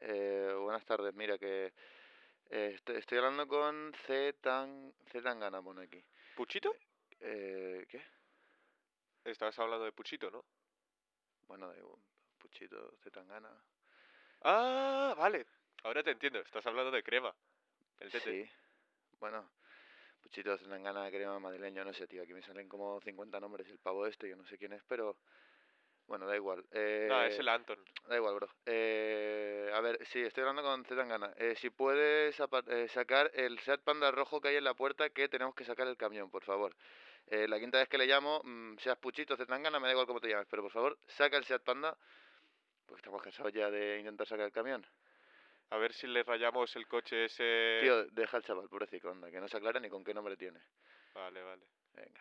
Eh, buenas tardes. Mira que eh, est- estoy hablando con C. Tan, C. Tangana, pone aquí. ¿Puchito? Eh, ¿Qué? Estabas hablando de Puchito, ¿no? Bueno, da igual, Puchito, C. Tangana. Ah, vale. Ahora te entiendo. Estás hablando de crema. El tete. Sí. Bueno, Puchito, C. Tangana, crema madrileño, no sé, tío. Aquí me salen como 50 nombres el pavo este, yo no sé quién es, pero... Bueno, da igual. Eh, No, Ah, es el Anton. Da igual, bro. Eh, a ver, sí, estoy hablando con C. Tangana. Eh, si puedes apa- eh, sacar el Seat Panda rojo que hay en la puerta, que tenemos que sacar el camión, por favor. Eh, la quinta vez que le llamo, mm, seas Puchito, C. Tangana, me da igual cómo te llames, pero por favor, saca el Seat Panda, porque estamos cansados ya de intentar sacar el camión. A ver si le rayamos el coche Eh. ese. Tío, deja al chaval, pobrecito, onda, que no se aclara ni con qué nombre tiene. Vale, vale. Venga.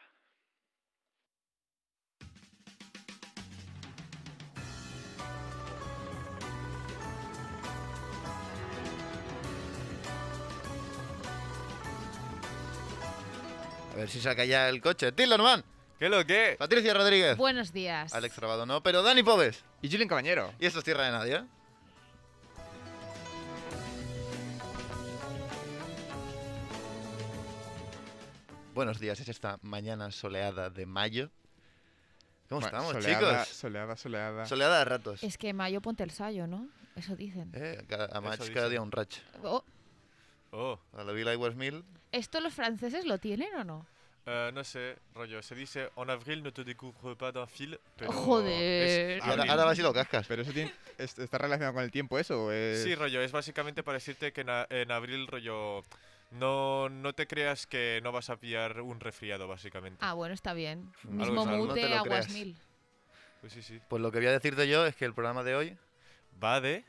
A ver si saca ya el coche. Tilda Norman, ¿Qué lo que? Patricia Rodríguez, Buenos días. Alex Rabado no, pero Dani Pobes. Y Julian Caballero. Y esto es tierra de nadie. ¿eh? Buenos días, es esta mañana soleada de mayo. ¿Cómo Bueno, estamos, soleada, chicos? Soleada, soleada. Soleada a ratos. Es que mayo ponte el sayo, ¿no? Eso dicen. Eh, cada, a match Eso cada dicen. día un racho. Oh, Oh, A la Vila igual mil. ¿Esto los franceses lo tienen o no? eh, no sé, rollo, se dice en abril no te descubro pas d'un fil, pero... es Joder. Y ahora, abril. ahora vas y lo cascas. ¿Pero eso tiene- es- está relacionado con el tiempo eso? o es- Sí, rollo, es básicamente para decirte que en, a- en abril, rollo, no, no te creas que no vas a pillar un resfriado, básicamente. Ah, bueno, está bien. Algo Mismo es algo. No mute, te lo aguas creas. mil. Pues sí, sí. Pues lo que voy a decirte yo es que el programa de hoy, Va de...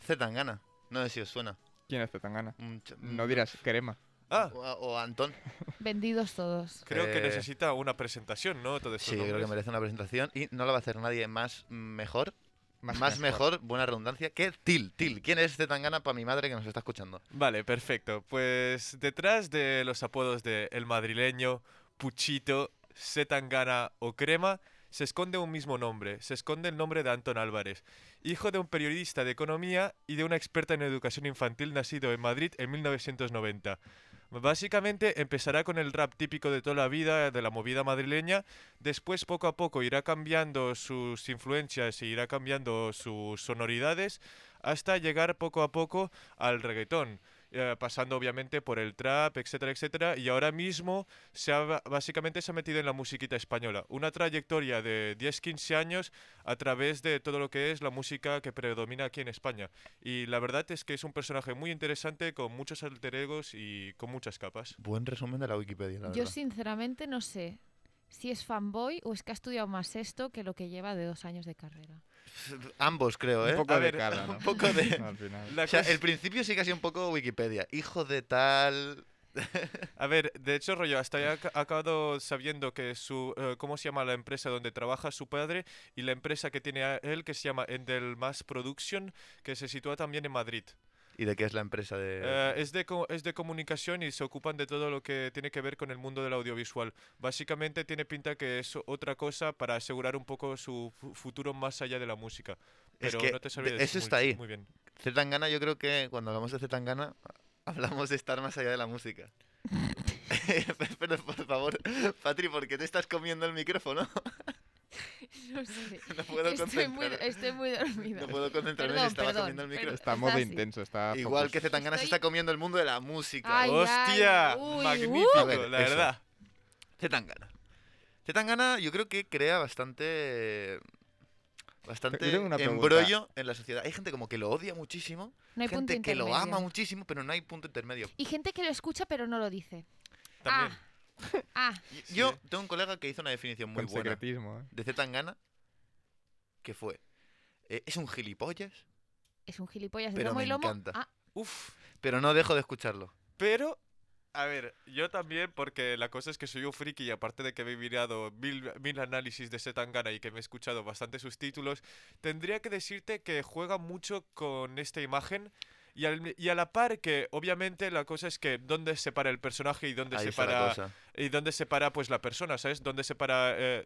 Z Tangana. No sé si os suena. ¿Quién hace tan gana? Un ch- No dirás crema. Ah, o, o Antón. Vendidos todos. creo que Eh, necesita una presentación, ¿no? Todo esto. Sí, yo creo que merece una presentación y no la va a hacer nadie más mejor Más, mejor. buena redundancia, que Til. Til, ¿quién es Zetangana para mi madre que nos está escuchando? Vale, perfecto. Pues detrás de los apodos de El Madrileño, Puchito, Setangana o Crema, se esconde un mismo nombre. Se esconde el nombre de Antón Álvarez, hijo de un periodista de economía y de una experta en educación infantil nacido en Madrid en 1990. Básicamente empezará con el rap típico de toda la vida, de la movida madrileña, después poco a poco irá cambiando sus influencias e irá cambiando sus sonoridades hasta llegar poco a poco al reggaetón, eh, pasando obviamente por el trap, etcétera, etcétera, y ahora mismo se ha- básicamente se ha metido en la musiquita española. Una trayectoria de 10-15 años a través de todo lo que es la música que predomina aquí en España. Y la verdad es que es un personaje muy interesante, con muchos alter egos y con muchas capas. Buen resumen de la Wikipedia, la Yo verdad. sinceramente no sé si es fanboy o es que ha estudiado más esto que lo que lleva de dos años de carrera. Ambos, creo, ¿eh? Un poco A de ver, cada, ¿no? Un poco de... Al final. La O sea, cosa- el principio sí que ha sido un poco Wikipedia. Hijo de tal... A ver, de hecho, rollo, hasta he ac- acabado sabiendo que su, eh, cómo se llama la empresa donde trabaja su padre y la empresa que tiene a él, que se llama Endel Mass Production, que se sitúa también en Madrid. ¿Y de qué es la empresa de...? Eh, es, de, co- es de comunicación y se ocupan de todo lo que tiene que ver con el mundo del audiovisual. Básicamente tiene pinta que es otra cosa para asegurar un poco su fu- futuro más allá de la música. Es Pero que no te sabría de- decir eso muy- está ahí. muy bien. Zetangana, yo creo que cuando hablamos de Zetangana, hablamos de estar más allá de la música. Pero por favor, Patri, ¿por qué te estás comiendo el micrófono? No sé. No puedo estoy, muy, concentrar. estoy muy dormida. No puedo concentrarme si Perdón, estaba perdón, comiendo el micrófono. perdón. Está modo así. intenso, está... Igual que focus. Zetangana se Estoy- está comiendo el mundo de la música. Ay, ay, ¡Hostia! uy, ¡Magnífico! uh. A ver, la eso. verdad. Zetangana. Zetangana yo creo que crea bastante bastante Yo tengo una pregunta. embrollo en la sociedad. Hay gente como que lo odia muchísimo, No hay punto gente que lo intermedio. ama muchísimo, pero no hay punto intermedio. Y gente que lo escucha pero no lo dice. También. Ah, ah, Y- Yo tengo un colega que hizo una definición muy Con buena secretismo, ¿eh? de Zetangana que fue eh, es un gilipollas, es un gilipollas de Pero lomo me y lomo. encanta. Ah, Uf. pero no dejo de escucharlo. Pero, a ver, yo también, porque la cosa es que soy un friki y aparte de que me he mirado mil, mil análisis de Setangana y que me he escuchado bastante sus títulos, tendría que decirte que juega mucho con esta imagen. Y, al- y a la par que, obviamente, la cosa es que dónde se para el personaje y dónde Ahí se está la para cosa. y dónde se para pues la persona, ¿sabes? Dónde se para eh,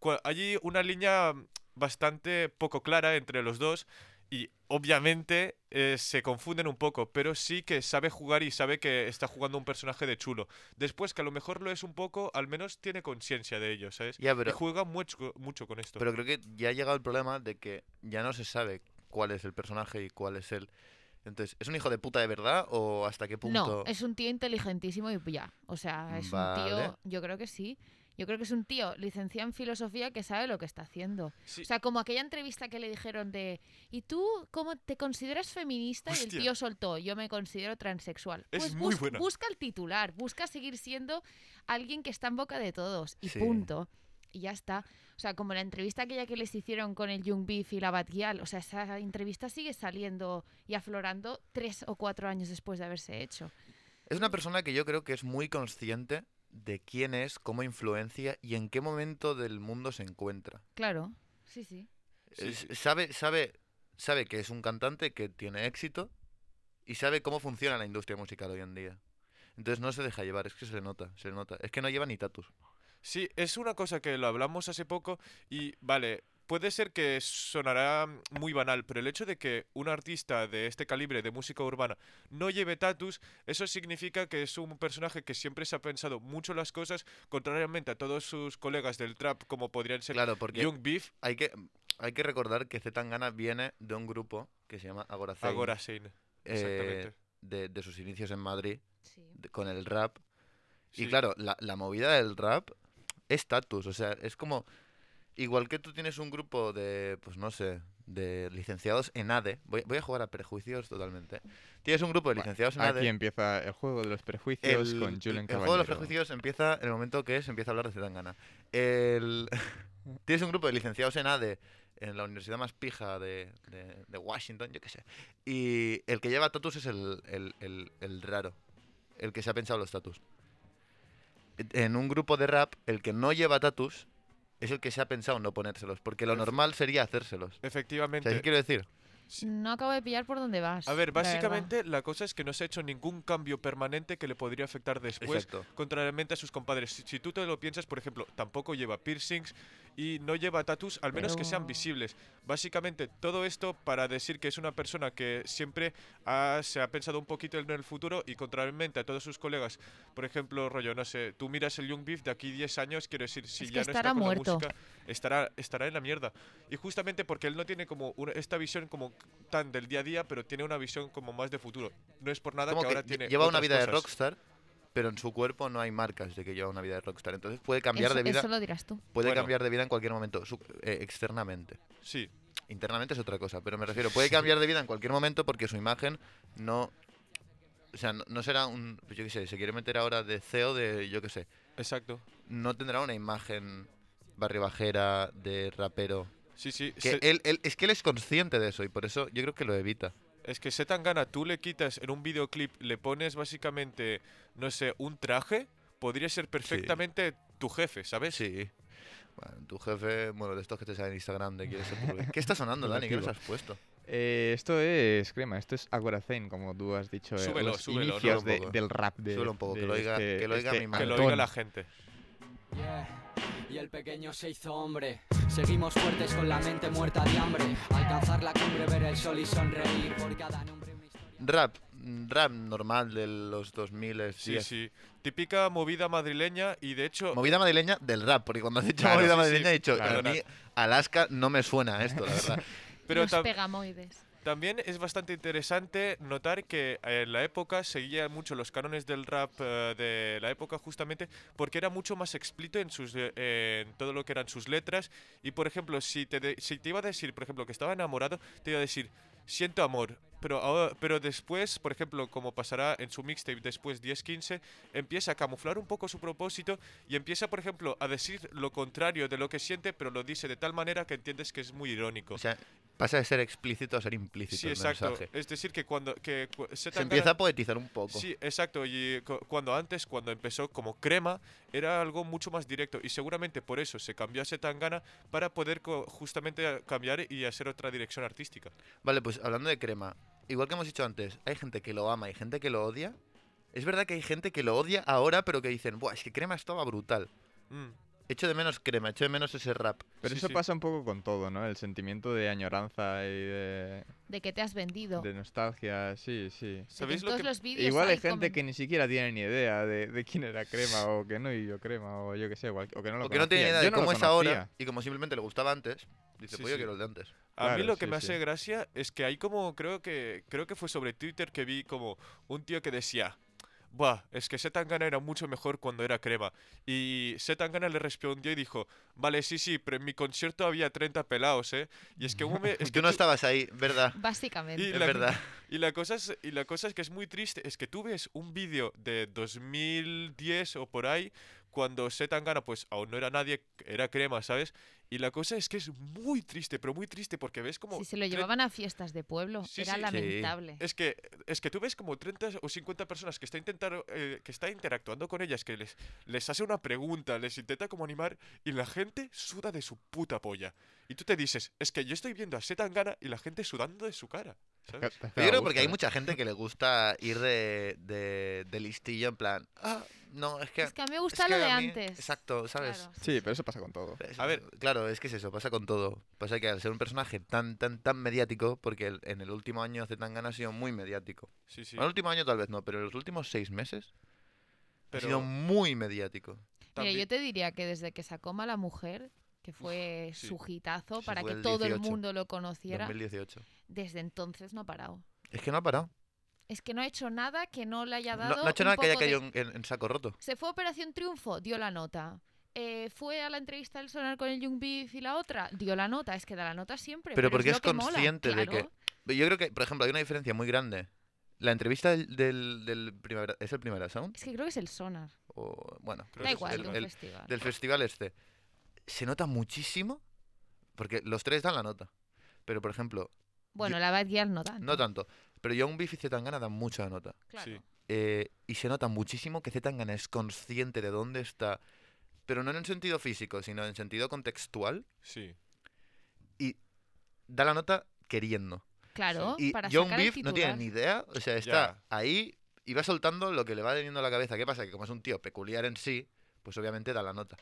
cua- allí una línea bastante poco clara entre los dos Y obviamente eh, se confunden un poco, pero sí que sabe jugar y sabe que está jugando un personaje de chulo. Después, que a lo mejor lo es un poco, al menos tiene conciencia de ello, ¿sabes? Ya, Y pero, juega mucho, mucho con esto. pero creo que ya ha llegado el problema de que ya no se sabe cuál es el personaje y cuál es él. Entonces, ¿es un hijo de puta de verdad o hasta qué punto? No, es un tío inteligentísimo y ya. O sea, es un Vale. tío, yo creo que sí. Yo creo que es un tío licenciado en filosofía que sabe lo que está haciendo. Sí. O sea, como aquella entrevista que le dijeron de ¿Y tú cómo te consideras feminista? Y Hostia. el tío soltó, yo me considero transexual. Es Pues muy bus- buena. Busca el titular, busca seguir siendo alguien que está en boca de todos. Y Sí. punto. Y ya está. O sea, como la entrevista aquella que les hicieron con el Young Beef y la Batguial. O sea, esa entrevista sigue saliendo y aflorando tres o cuatro años después de haberse hecho. Es una persona que yo creo que es muy consciente de quién es, cómo influencia y en qué momento del mundo se encuentra. Claro, sí, sí. Sí, Es- sí. Sabe, sabe, sabe que es un cantante que tiene éxito y sabe cómo funciona la industria musical hoy en día. Entonces no se deja llevar, es que se le nota, se le nota. Es que no lleva ni tatus. Sí, es una cosa que lo hablamos hace poco y vale, puede ser que sonará muy banal, pero el hecho de que un artista de este calibre de música urbana no lleve tatus, eso significa que es un personaje que siempre se ha pensado mucho las cosas, contrariamente a todos sus colegas del trap, como podrían ser Claro, porque Young Beef, hay que, hay que recordar que Zetangana viene de un grupo que se llama Agora Zayn, Agora Sane. eh, Exactamente. de, de sus inicios en Madrid, sí. de- con el rap. Y Sí. claro, la, la movida del rap es tatus, o sea, es como... Igual que tú tienes un grupo de, pues no sé, de licenciados en ADE, voy, voy a jugar a prejuicios totalmente. Tienes un grupo de Bueno, licenciados en E ADE... Aquí empieza el juego de los prejuicios ¿eh? El, con Julen el juego de los Caballero. prejuicios empieza en el momento que se empieza a hablar de Zetangana. El... Tienes un grupo de licenciados en ADE en la universidad más pija de, de- de Washington, yo qué sé. Y el que lleva tatus es el, el- el- el raro, el que se ha pensado los tatus. En un grupo de rap, el que no lleva tatus es el que se ha pensado no ponérselos, porque lo Efe- normal sería hacérselos. O sea, ¿qué Efectivamente. quiero decir? Sí. No acabo de pillar por dónde vas. A ver, la verdad. básicamente la cosa es que no se ha hecho ningún cambio permanente que le podría afectar pues, después, Exacto. contrariamente a sus compadres. Si, si tú te lo piensas, por ejemplo, tampoco lleva piercings y no lleva tattoos, al menos que sean Pero- visibles. Básicamente, todo esto para decir que es una persona que siempre ha- se ha pensado un poquito en el futuro y contrariamente a todos sus colegas. Por ejemplo, rollo, no sé, tú miras el Young Beef de aquí 10 años, quiero decir, si Es que ya no está estará con muerto. la música, estará, estará en la mierda. Y justamente porque él no tiene como una- esta visión como tan del día a día, pero tiene una visión como más de futuro. No es por nada Como que, que ahora lle- tiene lleva una otras vida de cosas. rockstar, pero en su cuerpo no hay marcas de que lleva una vida de rockstar. Entonces puede cambiar eso, de vida. eso lo dirás tú. Puede Bueno. cambiar de vida en cualquier momento, su- eh, externamente. Sí, Internamente es otra cosa, pero me refiero, puede cambiar de vida en cualquier momento porque su imagen no... O sea, no, no será un... pues Yo qué sé, se quiere meter ahora de CEO de... Yo qué sé. exacto. No tendrá una imagen barribajera de rapero. Sí, sí. Que se- él, él- es que él es consciente de eso y por eso yo creo que lo evita. Es que Setangana, tú le quitas en un videoclip, le pones básicamente, no sé, un traje, podría ser perfectamente tu jefe, ¿sabes? Sí. Bueno, tu jefe, bueno, de estos que te salen en Instagram, de quieres ser tu- ¿Qué está sonando, Dani? ¿Qué nos has puesto? Eh, esto es crema, esto es Agorazen, como tú has dicho. eh, Súbelo, los súbelo, ¿no? inicios Súbelo un de- poco. del rap de. Súbelo un poco, que de lo oiga- este- que lo oiga este mi madre. Que lo oiga Antón. la gente. Yeah. Y el pequeño se hizo hombre. Seguimos fuertes con la mente muerta de hambre. Alcanzar la cumbre, ver el sol y sonreír. Por cada nombre una historia. Rap, mm, rap normal de los 2000. Sí, sí. Típica movida madrileña y de hecho... Movida madrileña del rap, porque cuando has dicho Claro, movida sí, madrileña sí, he dicho, claro. a mí Alaska no me suena esto, la verdad. pero Los tam- pegamoides. también es bastante interesante notar que en la época seguía mucho los cánones del rap eh, de la época justamente porque era mucho más explícito en, sus, eh, en todo lo que eran sus letras y por ejemplo si te, de- si te iba a decir por ejemplo que estaba enamorado te iba a decir siento amor pero, ahora- pero después, por ejemplo, como pasará en su mixtape después 10-15, empieza a camuflar un poco su propósito y empieza, por ejemplo, a decir lo contrario de lo que siente, pero lo dice de tal manera que entiendes que es muy irónico. O sea, pasa de ser explícito a ser implícito Sí, el exacto. mensaje. Es decir, que cuando. Que, cu- Z Se Tangana- empieza a poetizar un poco. Sí, exacto. Y cu- cuando antes, cuando empezó como crema, era algo mucho más directo. Y seguramente por eso se cambió a Setangana para poder co- justamente a- cambiar y hacer otra dirección artística. Vale, pues hablando de crema, igual que hemos dicho antes, hay gente que lo ama y gente que lo odia. Es verdad que hay gente que lo odia ahora, pero que dicen, Buah, es que crema estaba brutal. Mm, Echo de menos crema, echo de menos ese rap. Pero Sí, eso sí. pasa un poco con todo, ¿no? El sentimiento de añoranza y de, de que te has vendido. de nostalgia, sí, sí. De que ¿Sabéis en lo todos que los vídeos Igual hay ahí gente comen- que ni siquiera tiene ni idea de, de quién era Crema o que no y yo Crema o yo qué sé, cual- o que no lo Porque no tiene ni idea conocía. Yo de no lo cómo es ahora conocía. y como simplemente le gustaba antes, dice, Sí, pues yo sí. quiero el de antes. A mí Claro, lo que sí, me sí. hace gracia es que hay como, creo que, creo que fue sobre Twitter que vi como un tío que decía, Buah, es que Zetangana era mucho mejor cuando era crema. Y Zetangana le respondió y dijo, vale, sí, sí, pero en mi concierto había 30 pelados, ¿eh? Y es que, un me- es Es que que no tú- estabas ahí, ¿verdad? Básicamente. Y Es la- verdad. Y la, cosa es, y la cosa es que es muy triste, es que tú ves un vídeo de 2010 o por ahí, cuando Zetangana pues aún no era nadie, era crema, ¿sabes? Y la cosa es que es muy triste, pero muy triste, porque ves como... Si se lo tre- llevaban a fiestas de pueblo, Sí, era sí. Sí. lamentable. Es que, es que tú ves como 30 o 50 personas que está, intentar, eh, que está interactuando con ellas, que les, les hace una pregunta, les intenta como animar, y la gente suda de su puta polla. Y tú te dices, es que yo estoy viendo a Setangana y la gente sudando de su cara. ¿sabes? Te Pero yo da creo porque gusto, hay ¿eh? mucha gente que le gusta ir de, de, de listillo en plan, ah, no, es que... Es que a mí me gusta es que lo de a mí-". antes. Exacto, ¿sabes? Claro. Sí, pero eso pasa con todo. Es- A ver. Claro, es que es eso, pasa con todo. Pasa que al ser un personaje tan, tan, tan mediático, porque el- en el último año Zetangana ha sido muy mediático. Sí, sí. En el último año tal vez no, pero en los últimos seis meses ha sido Pero muy mediático. Mira, yo también- te diría que desde que sacó Mala Mujer, que fue sí. su hitazo Ese para fue que el todo el 18, mundo lo conociera, 2018. desde entonces no ha parado. Es que no ha parado. Es que no ha hecho nada que no le haya No, dado. no ha hecho un nada que haya poco de- caído en, en- en saco roto. Se fue a Operación Triunfo, dio la nota. Eh, fue a la entrevista del sonar con el Young Beef y la otra, dio la nota. Es que da la nota siempre. Pero porque lo es que mola, consciente de claro. Yo creo que, por ejemplo, hay una diferencia muy grande. La entrevista del, del, del Primavera- ¿Es el Primavera Sound? Es que creo que es el sonar. O, bueno, Creo da que igual, el- de un el- festival. del festival este. Se nota muchísimo porque los tres dan la nota. Pero, por ejemplo, Bueno, la Bad Girl no tanto. no tanto. Pero yo un bife Zetangana dan mucha nota. Claro. Sí. Eh, y se nota muchísimo que Zetangana es consciente de dónde está. Pero no en el sentido físico, sino en sentido contextual. Sí. Da la nota queriendo. Claro, Y para John sacar el Beef no tiene titular. ni idea, o sea, está ahí y va soltando lo que le va viniendo a la cabeza. ¿Qué pasa? Que como es un tío peculiar en sí, pues obviamente da la nota.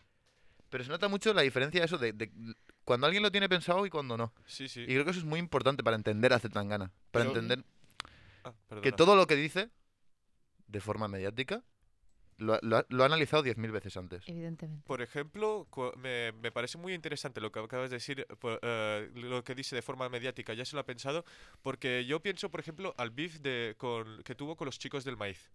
Pero se nota mucho la diferencia de eso de, de cuando alguien lo tiene pensado y cuando no. Sí, sí. Y creo que eso es muy importante para entender a Zetangana. Para Yo- entender Ah, que perdona. todo lo que dice, de forma mediática, lo, ha- lo ha, lo ha analizado 10.000 veces antes. Evidentemente. Por ejemplo, cua- me, me parece muy interesante lo que acabas de decir, por, eh, lo que dice de forma mediática, ya se lo ha pensado, porque yo pienso, por ejemplo, al beef de, con, que tuvo con los chicos del maíz.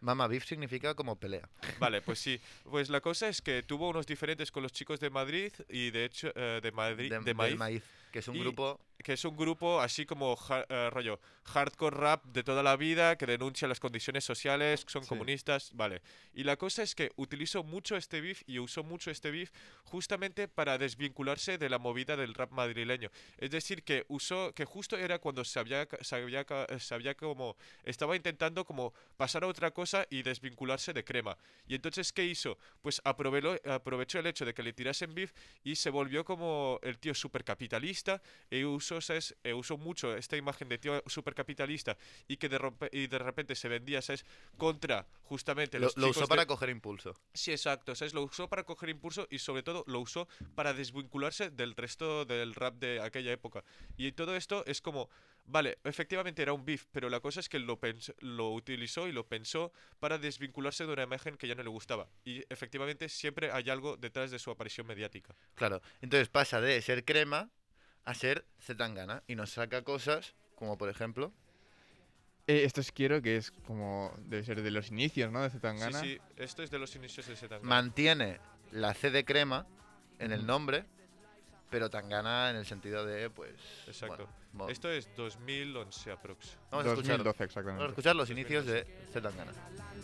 Mama Beef significa como pelea. Vale, pues sí. Pues la cosa es que tuvo unos diferentes con los chicos de Madrid y de hecho eh, de Madrid de, del maíz, que es un Y- grupo... que es un grupo así como ja- eh, rollo hardcore rap de toda la vida que denuncia las condiciones sociales, que son Sí. comunistas, vale. Y la cosa es que utilizó mucho este beef y usó mucho este beef justamente para desvincularse de la movida del rap madrileño. Es decir, que usó que justo era cuando se había ca- se había ca- se había como estaba intentando como pasar a otra cosa y desvincularse de Crema. Y entonces ¿qué hizo? Pues aprovechó, aprovechó el hecho de que le tirasen beef y se volvió como el tío supercapitalista e usó, ¿sabes? E usó mucho esta imagen de tío supercapitalista y que de, rompe- y de repente se vendía, ¿sabes? Contra justamente Lo, los lo chicos usó de- para coger impulso. Sí, exacto. ¿sabes? Lo usó para coger impulso y sobre todo lo usó para desvincularse del resto del rap de aquella época. Y todo esto es como, vale, efectivamente era un beef, pero la cosa es que lo, pens- lo utilizó y lo pensó para desvincularse de una imagen que ya no le gustaba. Y efectivamente siempre hay algo detrás de su aparición mediática. Claro, entonces pasa de ser crema a ser zetangana y nos saca cosas como por ejemplo, Eh, esto es quiero que es como debe ser de los inicios, ¿no? De Zetangana. Sí, sí, esto es de los inicios de Zetangana. mantiene la C de crema en el Ujú. nombre, pero tangana en el sentido de pues Exacto. bueno, mo- Esto es 2011 aprox. vamos, a escuchar, 2012 vamos a exactamente. escuchar los inicios de zetangana.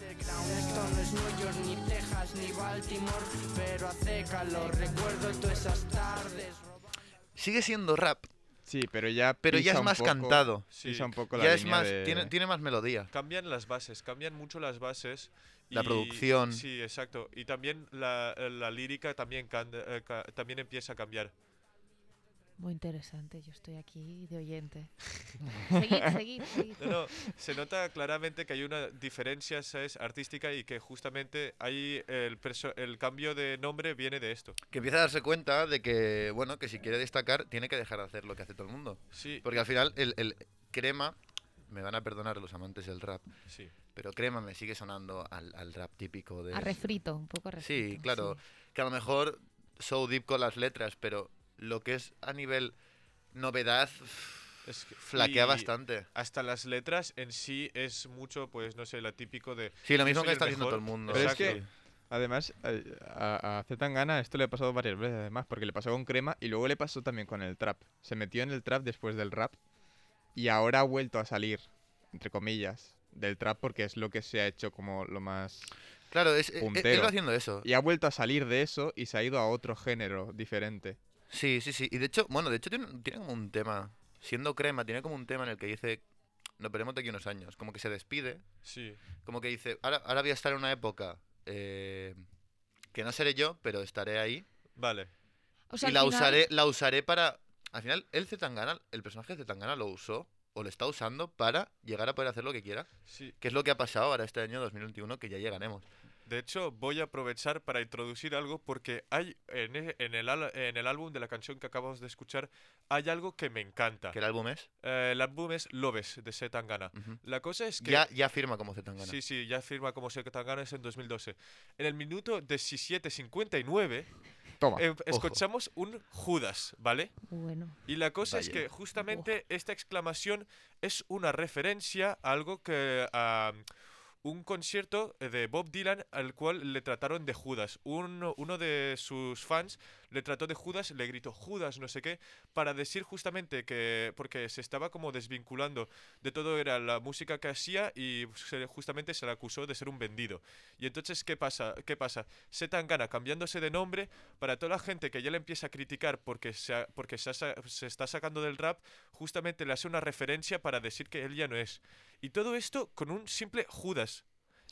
Esto no es New York, ni Texas, ni Baltimore, pero hace calor. Recuerdo todas esas tardes. Sigue siendo rap, Sí, pero ya. pero ya pisa es un más poco- cantado. Sí. Pisa un poco la Ya es línea más de- tiene tiene más melodía. Cambian las bases, cambian mucho las bases. La producción. Sí, exacto. Y también la, la lírica también, can- eh, ca- también empieza a cambiar. Muy interesante, yo estoy aquí de oyente. seguid, seguid, seguid. No, no, se nota claramente que hay una diferencia ¿sabes? artística y que justamente hay el, perso- el cambio de nombre viene de esto. Que empieza a darse cuenta de que, bueno, que si quiere destacar, tiene que dejar de hacer lo que hace todo el mundo. Sí, Porque al final, el, el crema, me van a perdonar los amantes del rap, sí. pero crema me sigue sonando al, al rap típico de. A refrito, un poco refrito. Sí, claro. Que a lo mejor so deep con las letras, pero lo que es a nivel novedad Es que- flaquea y bastante. Hasta las letras en sí es mucho, pues no sé, la típico de. Sí, lo yo mismo soy que el está haciendo mejor. todo el mundo. Pero es Exacto. que- Además, eh, a, a, a Zetangana esto le ha pasado varias veces, además, porque le pasó con Crema y luego le pasó también con el trap. Se metió en el trap después del rap y ahora ha vuelto a salir, entre comillas, del trap porque es lo que se ha hecho como lo más... Claro, es, eh, eh, él Puntero. va haciendo eso. Y ha vuelto a salir de eso y se ha ido a otro género diferente. Sí, sí, sí. Y de hecho, bueno, de hecho tiene, tiene como un tema. Siendo crema, tiene como un tema en el que dice, nos veremos de aquí unos años. Como que se despide, Sí, como que dice, ahora, ahora voy a estar en una época eh, que no seré yo, pero estaré ahí. vale. O sea, y al la final- usaré, la usaré para. Al final, el Zetangana, el personaje de Zetangana lo usó o lo está usando para llegar a poder hacer lo que quiera. Sí. Que es lo que ha pasado ahora este año 2021, que ya llegaremos. De hecho, voy a aprovechar para introducir algo porque hay en, e- en el, al- en el álbum de la canción que acabamos de escuchar, hay algo que me encanta. Que el álbum es. Eh, el álbum es Loves de Setangana. Ujú. La cosa es que ya, ya firma como Zetangana. Sí, sí, ya firma como Setangana es en 2012. En el minuto 17.59 Toma. eh, escuchamos un Judas, ¿vale? Bueno, Y la cosa es Vaya. que justamente esta exclamación es una referencia a algo que... a un concierto de Bob Dylan al cual le trataron de Judas. Uno, uno de sus fans le trató de Judas, le gritó Judas, no sé qué, para decir justamente que... porque se estaba como desvinculando de todo era la música que hacía y se- justamente se le acusó de ser un vendido. Y entonces, ¿qué pasa? ¿Qué pasa? Se gana cambiándose de nombre para toda la gente que ya le empieza a criticar porque, se, ha- porque se, ha sa- se está sacando del rap, justamente le hace una referencia para decir que él ya no es. Y todo esto con un simple Judas.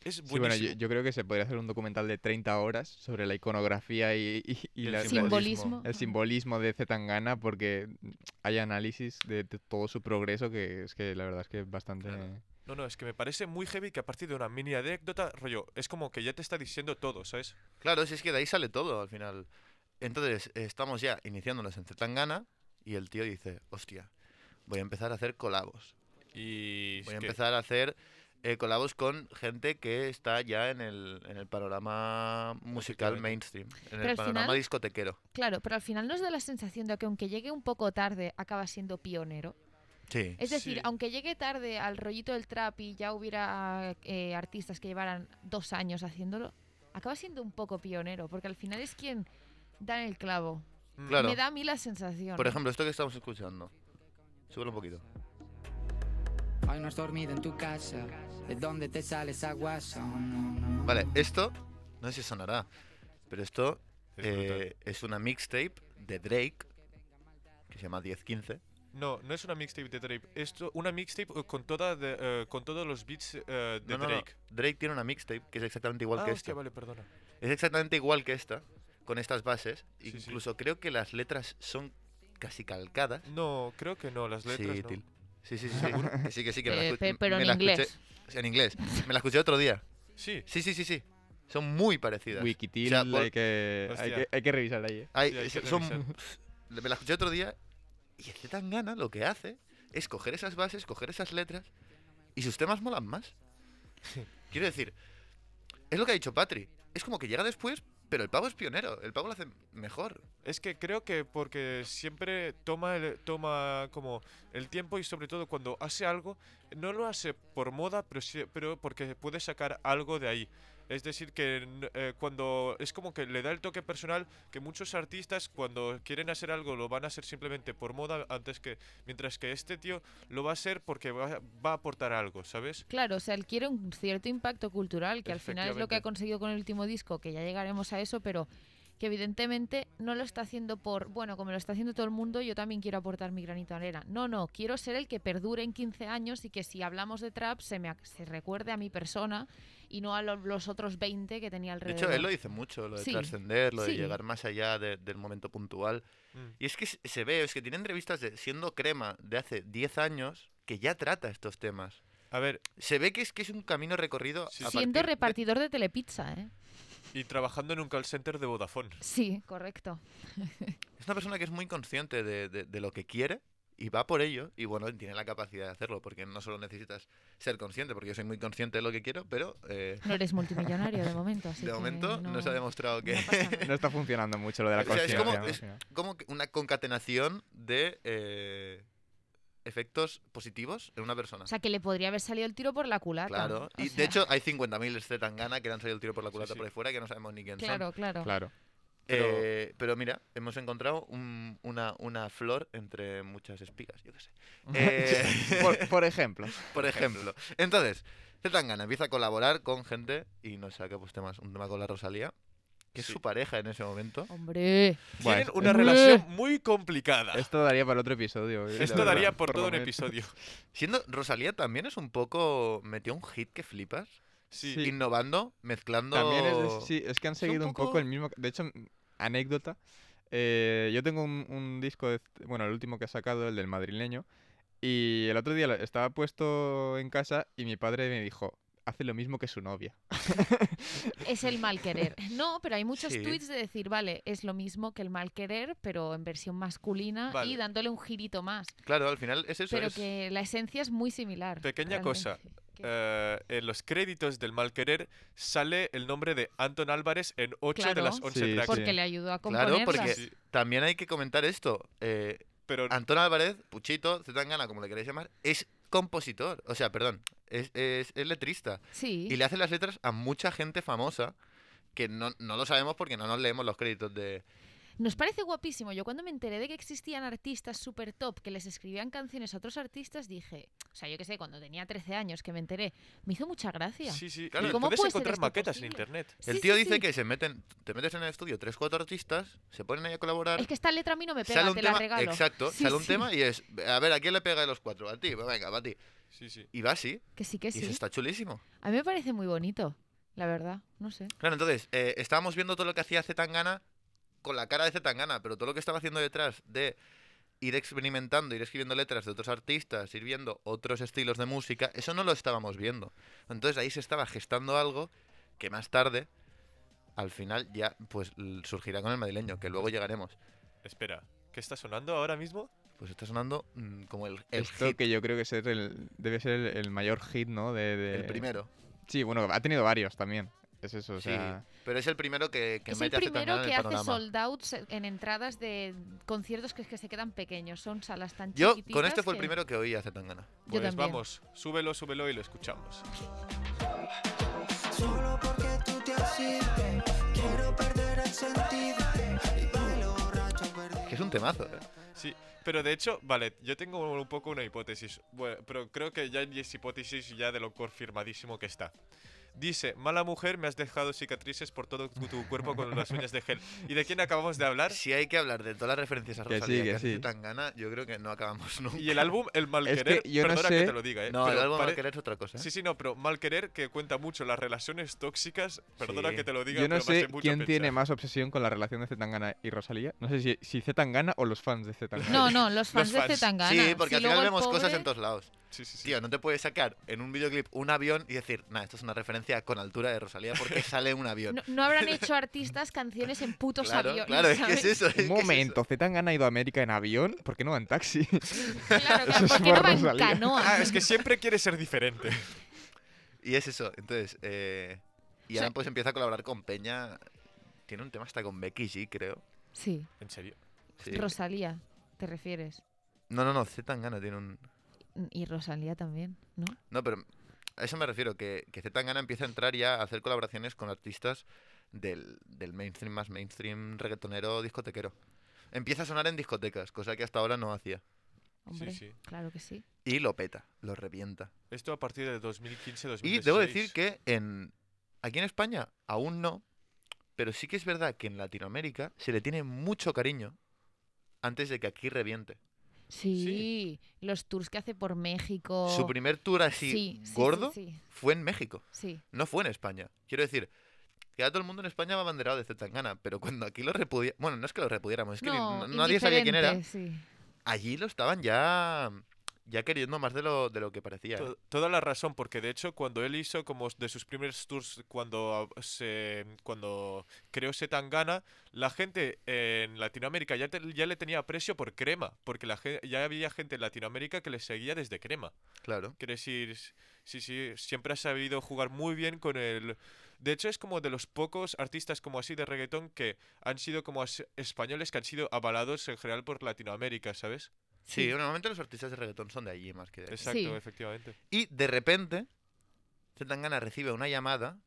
Es Sí, bueno, buenísimo. yo, yo creo que se podría hacer un documental de 30 horas sobre la iconografía y, y- y El la- la- simbolismo. el simbolismo de Zetangana porque mm, hay análisis de, de todo su progreso que es que la verdad es que es bastante... Claro. No, no, es que me parece muy heavy que a partir de una mini anécdota, rollo, es como que ya te está diciendo todo, ¿sabes? Claro, si es que de ahí sale todo al final. Entonces, estamos ya iniciándonos en Zetangana y el tío dice, hostia, voy a empezar a hacer colabos. Y... es Voy a que- empezar a hacer eh, colabos con gente que está ya en el, en el panorama musical Efectivamente. mainstream, en Pero el al panorama final- discotequero. claro, pero al final nos da la sensación de que aunque llegue un poco tarde, acaba siendo pionero. Sí. Es decir, Sí. aunque llegue tarde al rollito del trap y ya hubiera eh, artistas que llevaran dos años haciéndolo, acaba siendo un poco pionero, porque al final es quien da en el clavo. Mm. Claro. Me da a mí la sensación. Por ejemplo, esto que estamos escuchando. Súbelo un poquito. Hoy no has dormido en tu casa. ¿De dónde te sales aguas? Vale, esto, no sé si sonará, pero esto Es eh, brutal. es una mixtape de Drake que se llama 1015. No, no es una mixtape de Drake. Esto, una mixtape eh, con toda de- eh, con todos los beats eh, No, de no, no, Drake. Drake tiene una mixtape que es exactamente igual ah, que este. hostia, esta. vale, perdona. Es exactamente igual que esta, con estas bases. Sí, sí. Incluso creo que las letras son casi calcadas. No, creo que no, las letras Sí, no. til- sí, sí, sí, sí. Que sí, que sí, que me la Eh, escu- pe- pero me en la inglés. escuché- en inglés. Me la escuché otro día. Sí, Sí, sí, sí, sí. Son muy parecidas. Wikitil, O sea, por- hay, que, hay, Hostia. que, hay que revisar ahí. eh. Ay, Sí, hay que son, me la escuché otro día y el tan gana lo que hace es coger esas bases, coger esas letras y sus temas molan más. Quiero decir, es lo que ha dicho Patri. Es como que llega después, pero el pavo es pionero. El pavo lo hace mejor. es que creo que porque siempre toma el, toma como el tiempo y sobre todo cuando hace algo no lo hace por moda, pero sí- pero porque puede sacar algo de ahí. Es decir, que n- eh, cuando es como que le da el toque personal que muchos artistas cuando quieren hacer algo lo van a hacer simplemente por moda antes que mientras que este tío lo va a hacer porque va, va a aportar algo, ¿sabes? Claro, o sea, él quiere un cierto impacto cultural, que al final es lo Efectivamente. que ha conseguido con el último disco, que ya llegaremos a eso, pero que evidentemente no lo está haciendo por, bueno, como lo está haciendo todo el mundo, yo también quiero aportar mi granito de arena. No, no, quiero ser el que perdure en 15 años y que si hablamos de trap se me ac- se recuerde a mi persona y no a lo- los otros 20 que tenía De alrededor. hecho, él lo dice mucho, lo de Sí. trascender, lo de Sí. llegar más allá de- del momento puntual. Mm. Y es que se- se ve, es que tiene entrevistas de Siendo Crema de hace 10 años que ya trata estos temas. A ver, Se ve que es, que es un camino recorrido Sí. a Siendo partir de- repartidor de Telepizza, ¿eh? y trabajando en un call center de Vodafone. Sí, correcto. Es una persona que es muy consciente de, de- de lo que quiere y va por ello. Y bueno, tiene la capacidad de hacerlo, porque no solo necesitas ser consciente, porque yo soy muy consciente de lo que quiero, pero eh, No eres multimillonario de momento, así de que momento no, no se ha demostrado que... no pasa nada. No está funcionando mucho lo de la O sea, es conciencia. como- me es- imagino. como que una concatenación de eh, efectos positivos en una persona. O sea, que le podría haber salido el tiro por la culata. Claro. O Y de sea, hecho hay 50.000 Z Tangana que le han salido el tiro por la Sí, culata sí. por ahí fuera que no sabemos ni quién son. Claro, claro. Claro. Pero... Pero- pero mira, hemos encontrado un- una, una flor entre muchas espigas, yo qué sé. Eh, por, por ejemplo. Por ejemplo. Entonces, Z Tangana empieza a colaborar con gente y nos saca pues, temas, un tema con la Rosalía, que es Sí. su pareja en ese momento. Hombre. Bueno, Tienen una es- relación muy complicada. Esto daría para otro episodio. eh, Esto la daría verdad, por todo lo un menos. episodio. Siendo Rosalía también es un poco... Metió un hit que flipas. Sí. Sí. Innovando, mezclando... También es, sí, es que han Es un seguido un poco poco- el mismo. De hecho, m- anécdota. eh, yo tengo un, un disco, de, este, bueno, el último que ha sacado, el del madrileño. Y el otro día lo- estaba puesto en casa y mi padre me dijo: hace lo mismo que su novia. Es el mal querer. No, pero hay muchos Sí. tweets de decir, vale, es lo mismo que el mal querer, pero en versión masculina y Vale. dándole un girito más. Claro, al final es eso. pero es- que la esencia es muy similar. Pequeña realmente. cosa, Que- Eh, en los créditos del mal querer sale el nombre de Anton Álvarez en 8 de Claro. las 11 Sí, tracks. porque le ayudó a Claro, componerlas. porque Sí. también hay que comentar esto. Eh, Pero Ah, Antón Álvarez, Puchito, Zetangana, como le queréis llamar, es compositor. O sea, perdón, es, es- es letrista. Sí. Y le hace las letras a mucha gente famosa que no, no lo sabemos porque no nos leemos los créditos de... Nos parece guapísimo. Yo cuando me enteré de que existían artistas super top que les escribían canciones a otros artistas, dije, o sea, yo qué sé, cuando tenía 13 años que me enteré, me hizo mucha gracia. sí, sí. Claro, y ¿cómo puedes puede ser encontrar esto maquetas en posible? internet. El Sí, tío sí, dice sí. que se meten, te metes en el estudio tres, cuatro artistas, se ponen ahí a colaborar. Es que esta letra a mí no me pega, sale un te tema, la regalo. exacto, Sí, sale un sí. tema y es, a ver, ¿a quién le pega de los cuatro? A ti, pues venga, va a ti. Sí, sí. Y va así, Que sí, que y eso ¿Eh, sí. está chulísimo. A mí me parece muy bonito, la verdad. No sé. Claro, entonces, eh, estábamos viendo todo lo que hacía Zetangana con la cara de Zetangana, pero todo lo que estaba haciendo detrás de ir experimentando, ir escribiendo letras de otros artistas, ir viendo otros estilos de música, eso no lo estábamos viendo. Entonces ahí se estaba gestando algo que más tarde, al final, ya pues l- surgirá con el madrileño, que luego llegaremos. Espera, ¿qué está sonando ahora mismo? Pues está sonando mm, como el, el Esto hit, que yo creo que es el- debe ser el, el mayor hit, ¿no? De, de- el primero. Sí, bueno, ha tenido varios también. Es eso, o Sí, sea. pero es el primero que, que es el mete a Zetangana en primero que el hace panorama. sold outs en entradas de conciertos que es que se quedan pequeños. Son salas tan Yo chiquititas. con este fue el que- primero que oí a Zetangana. Yo Pues también. vamos, súbelo, súbelo y lo escuchamos. Solo porque tú te has ido, quiero perder el sentido. Y bailo borracho perdido. Que es un temazo, ¿eh? Sí, pero de hecho, vale, yo tengo un poco una hipótesis, bueno, pero creo que ya es hipótesis ya de lo confirmadísimo que está. Dice, mala mujer, me has dejado cicatrices por todo tu tu cuerpo con las uñas de gel. ¿Y de quién acabamos de hablar? Si hay que hablar de todas las referencias a Que sí, Rosalía que que, hace sí. Zetangana, yo creo que no acabamos nunca. Y el álbum El Es que Malquerer, yo no perdona sé- que te lo diga, ¿eh? No, el pero álbum pare- no querer es otra cosa. ¿eh? Sí, sí, no, pero Malquerer, que cuenta mucho las relaciones tóxicas, perdona Sí. que te lo diga, Yo no pero me sé hace mucho quién tiene pensar. más obsesión con la relación de Zetangana y Rosalía. No sé si, si Zetangana o los fans de Zetangana. No, no, los fans, de fans. Zetangana. Sí, porque ¿eh? Si al final luego el vemos cosas pobre- en todos lados. Sí, sí, sí. Tío, no te puedes sacar en un videoclip un avión y decir, nah, esto es una referencia con altura de Rosalía porque sale un avión. No, no habrán hecho artistas canciones en putos claro, aviones. claro, es que ¿sabes? es eso. es que Un es momento, Zetangana ha ido a América en avión, ¿por qué no va en taxi? Claro, claro, Eso es ¿por qué no por va en Rosalía. canoa? Ah, es que siempre quiere ser diferente. eso. Y es eso. Entonces, eh, y O sea- ahora pues empieza a colaborar con Peña. Tiene un tema hasta con Becky G, creo. Sí, ¿En serio? Sí. Rosalía, te refieres. No, no, no, Zetangana tiene un... Y Rosalía también, ¿no? No, pero a eso me refiero, que, que Zetangana empieza a entrar ya a hacer colaboraciones con artistas del, del mainstream más mainstream reggaetonero discotequero. Empieza a sonar en discotecas, cosa que hasta ahora no hacía. Hombre, sí. claro que sí. Y lo peta, lo revienta. Esto a partir de 2015-2016. Y debo decir que en aquí en España aún no, Pero sí que es verdad que en Latinoamérica se le tiene mucho cariño antes de que aquí reviente. Sí, los tours que hace por México. Su primer tour así Oh. Sí, sí, sí, gordo Sí, fue en México, sí. no fue en España. Quiero decir, que a todo el mundo en España va abanderado de Zetangana, pero cuando aquí lo repudia... Bueno, no es que lo repudiáramos, es que ni- No, n- nadie sabía quién era. indiferente, sí. Allí lo estaban ya, ya queriendo más de lo, de lo que parecía. ¿eh? To- Toda la razón, porque de hecho cuando él hizo como de sus primeros tours, cuando ah, se cuando creó Setangana, la gente en Latinoamérica ya, te- ya le tenía aprecio por Crema, porque la gen- ya había gente en Latinoamérica que le seguía desde Crema. Claro. Quiere decir, s- sí, sí, siempre ha sabido jugar muy bien con el... De hecho, es como de los pocos artistas como así de reggaetón que han sido como as- españoles que han sido avalados en general por Latinoamérica, ¿sabes? Sí, Sí. normalmente los artistas de reggaetón son de allí más que de aquí. Exacto, Sí. efectivamente. Y de repente, Zetangana recibe una llamada,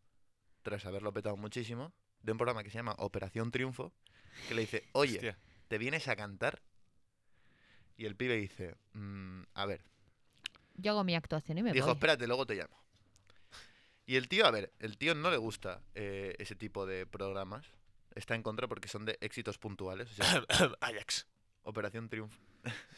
tras haberlo petado muchísimo, de un programa que se llama Operación Triunfo, que le dice, oye, Hostia. ¿te vienes a cantar? Y el pibe dice, "Mm, a ver, Yo hago mi actuación y me dijo, voy. espérate, luego te llamo. Y el tío, a ver, el tío no le gusta eh, ese tipo de programas, está en contra porque son de éxitos puntuales, o sea, Ajax. Operación Triunfo.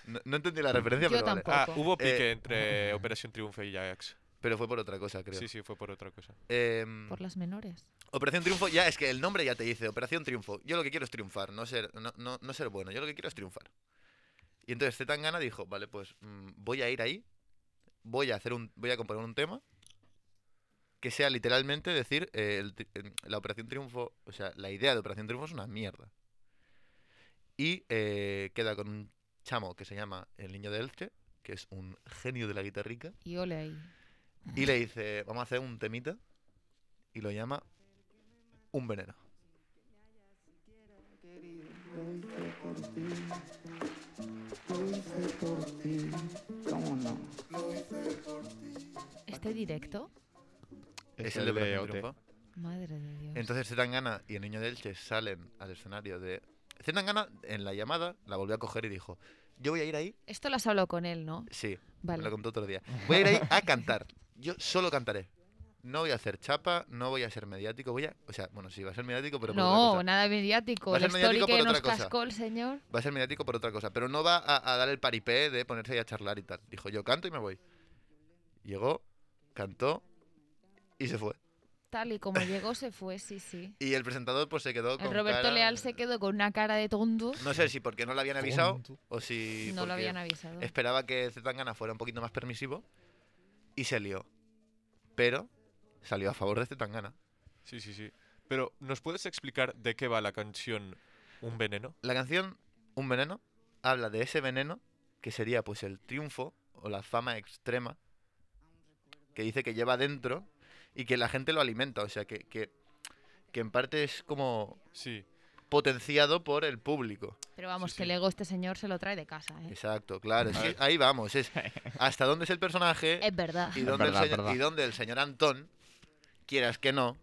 No, no entendí la referencia, Yo pero vale. tampoco. Ah, hubo pique Eh, entre Operación Triunfo y Ajax. Pero fue por otra cosa, creo. Sí, sí, fue por otra cosa. Em, Por las menores. Operación Triunfo, ya es que el nombre ya te dice, Operación Triunfo. Yo lo que quiero es triunfar, no ser, no, no, no ser bueno, yo lo que quiero es triunfar. Y entonces Zetangana dijo, vale, pues mm, voy a ir ahí, voy a hacer un, voy a componer un tema que sea literalmente decir eh, el tri- em, la Operación Triunfo, o sea, la idea de Operación Triunfo es una mierda. Y eh, queda con un chamo que se llama el niño de Elche, que es un genio de la guitarrica, Y ole ahí. y le dice, vamos a hacer un temita. Y lo llama Un Veneno. ¿Cómo no? ¿Este directo? Es el de Operación OT. Triunfo. Madre de Dios. Entonces Zetangana y el niño de Elche salen al escenario de... Zetangana en la llamada la volvió a coger y dijo, yo voy a ir ahí, Esto lo has hablado con él, ¿no? sí, me Vale. lo contó otro día, voy a ir ahí a cantar, yo solo cantaré. No voy a hacer chapa, no voy a ser mediático, voy a... O sea, bueno, sí, va a ser mediático, pero... por otra No, cosa. nada mediático. Va a La ser mediático historia que por nos otra cosa. cascó el señor. Va a ser mediático por otra cosa, pero no va a, a dar el paripé de ponerse ahí a charlar y tal. Dijo, yo canto y me voy. Llegó, cantó y se fue. Tal y como llegó, se fue, sí, sí. Y el presentador pues se quedó con El Roberto cara- Leal se quedó con una cara de tonto. No sé si porque no le habían avisado o si... no lo porque- habían avisado. Esperaba que Zetangana fuera un poquito más permisivo y se lió. Pero salió a favor de Zetangana. Sí, sí, sí. Pero, ¿nos puedes explicar de qué va la canción Un Veneno? La canción Un veneno habla de ese veneno que sería pues el triunfo o la fama extrema que dice que lleva dentro y que la gente lo alimenta. O sea, que, que, que en parte es como Sí. potenciado por el público. Pero vamos, sí, que sí. el ego este señor se lo trae de casa, ¿eh? Exacto, claro. es que ahí vamos. Es hasta dónde es el personaje Es verdad. Este y Es donde, verdad, el señor, verdad. y donde el señor Antón, quieras que no,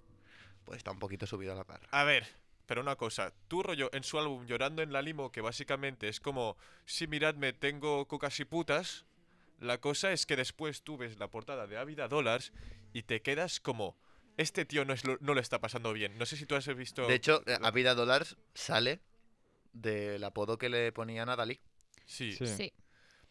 pues está un poquito subido a la parra. A ver, pero una cosa. Tú, rollo, en su álbum Llorando en la Limo, que básicamente es como, sí, miradme, tengo cocas y putas. La cosa es que después tú ves la portada de Ávida Dollars y te quedas como, este tío no, es lo, no lo está pasando bien. No sé si tú has visto... De hecho, eh, a vida Dollars sale del apodo que le ponían a Dalí. sí. Sí. Sí.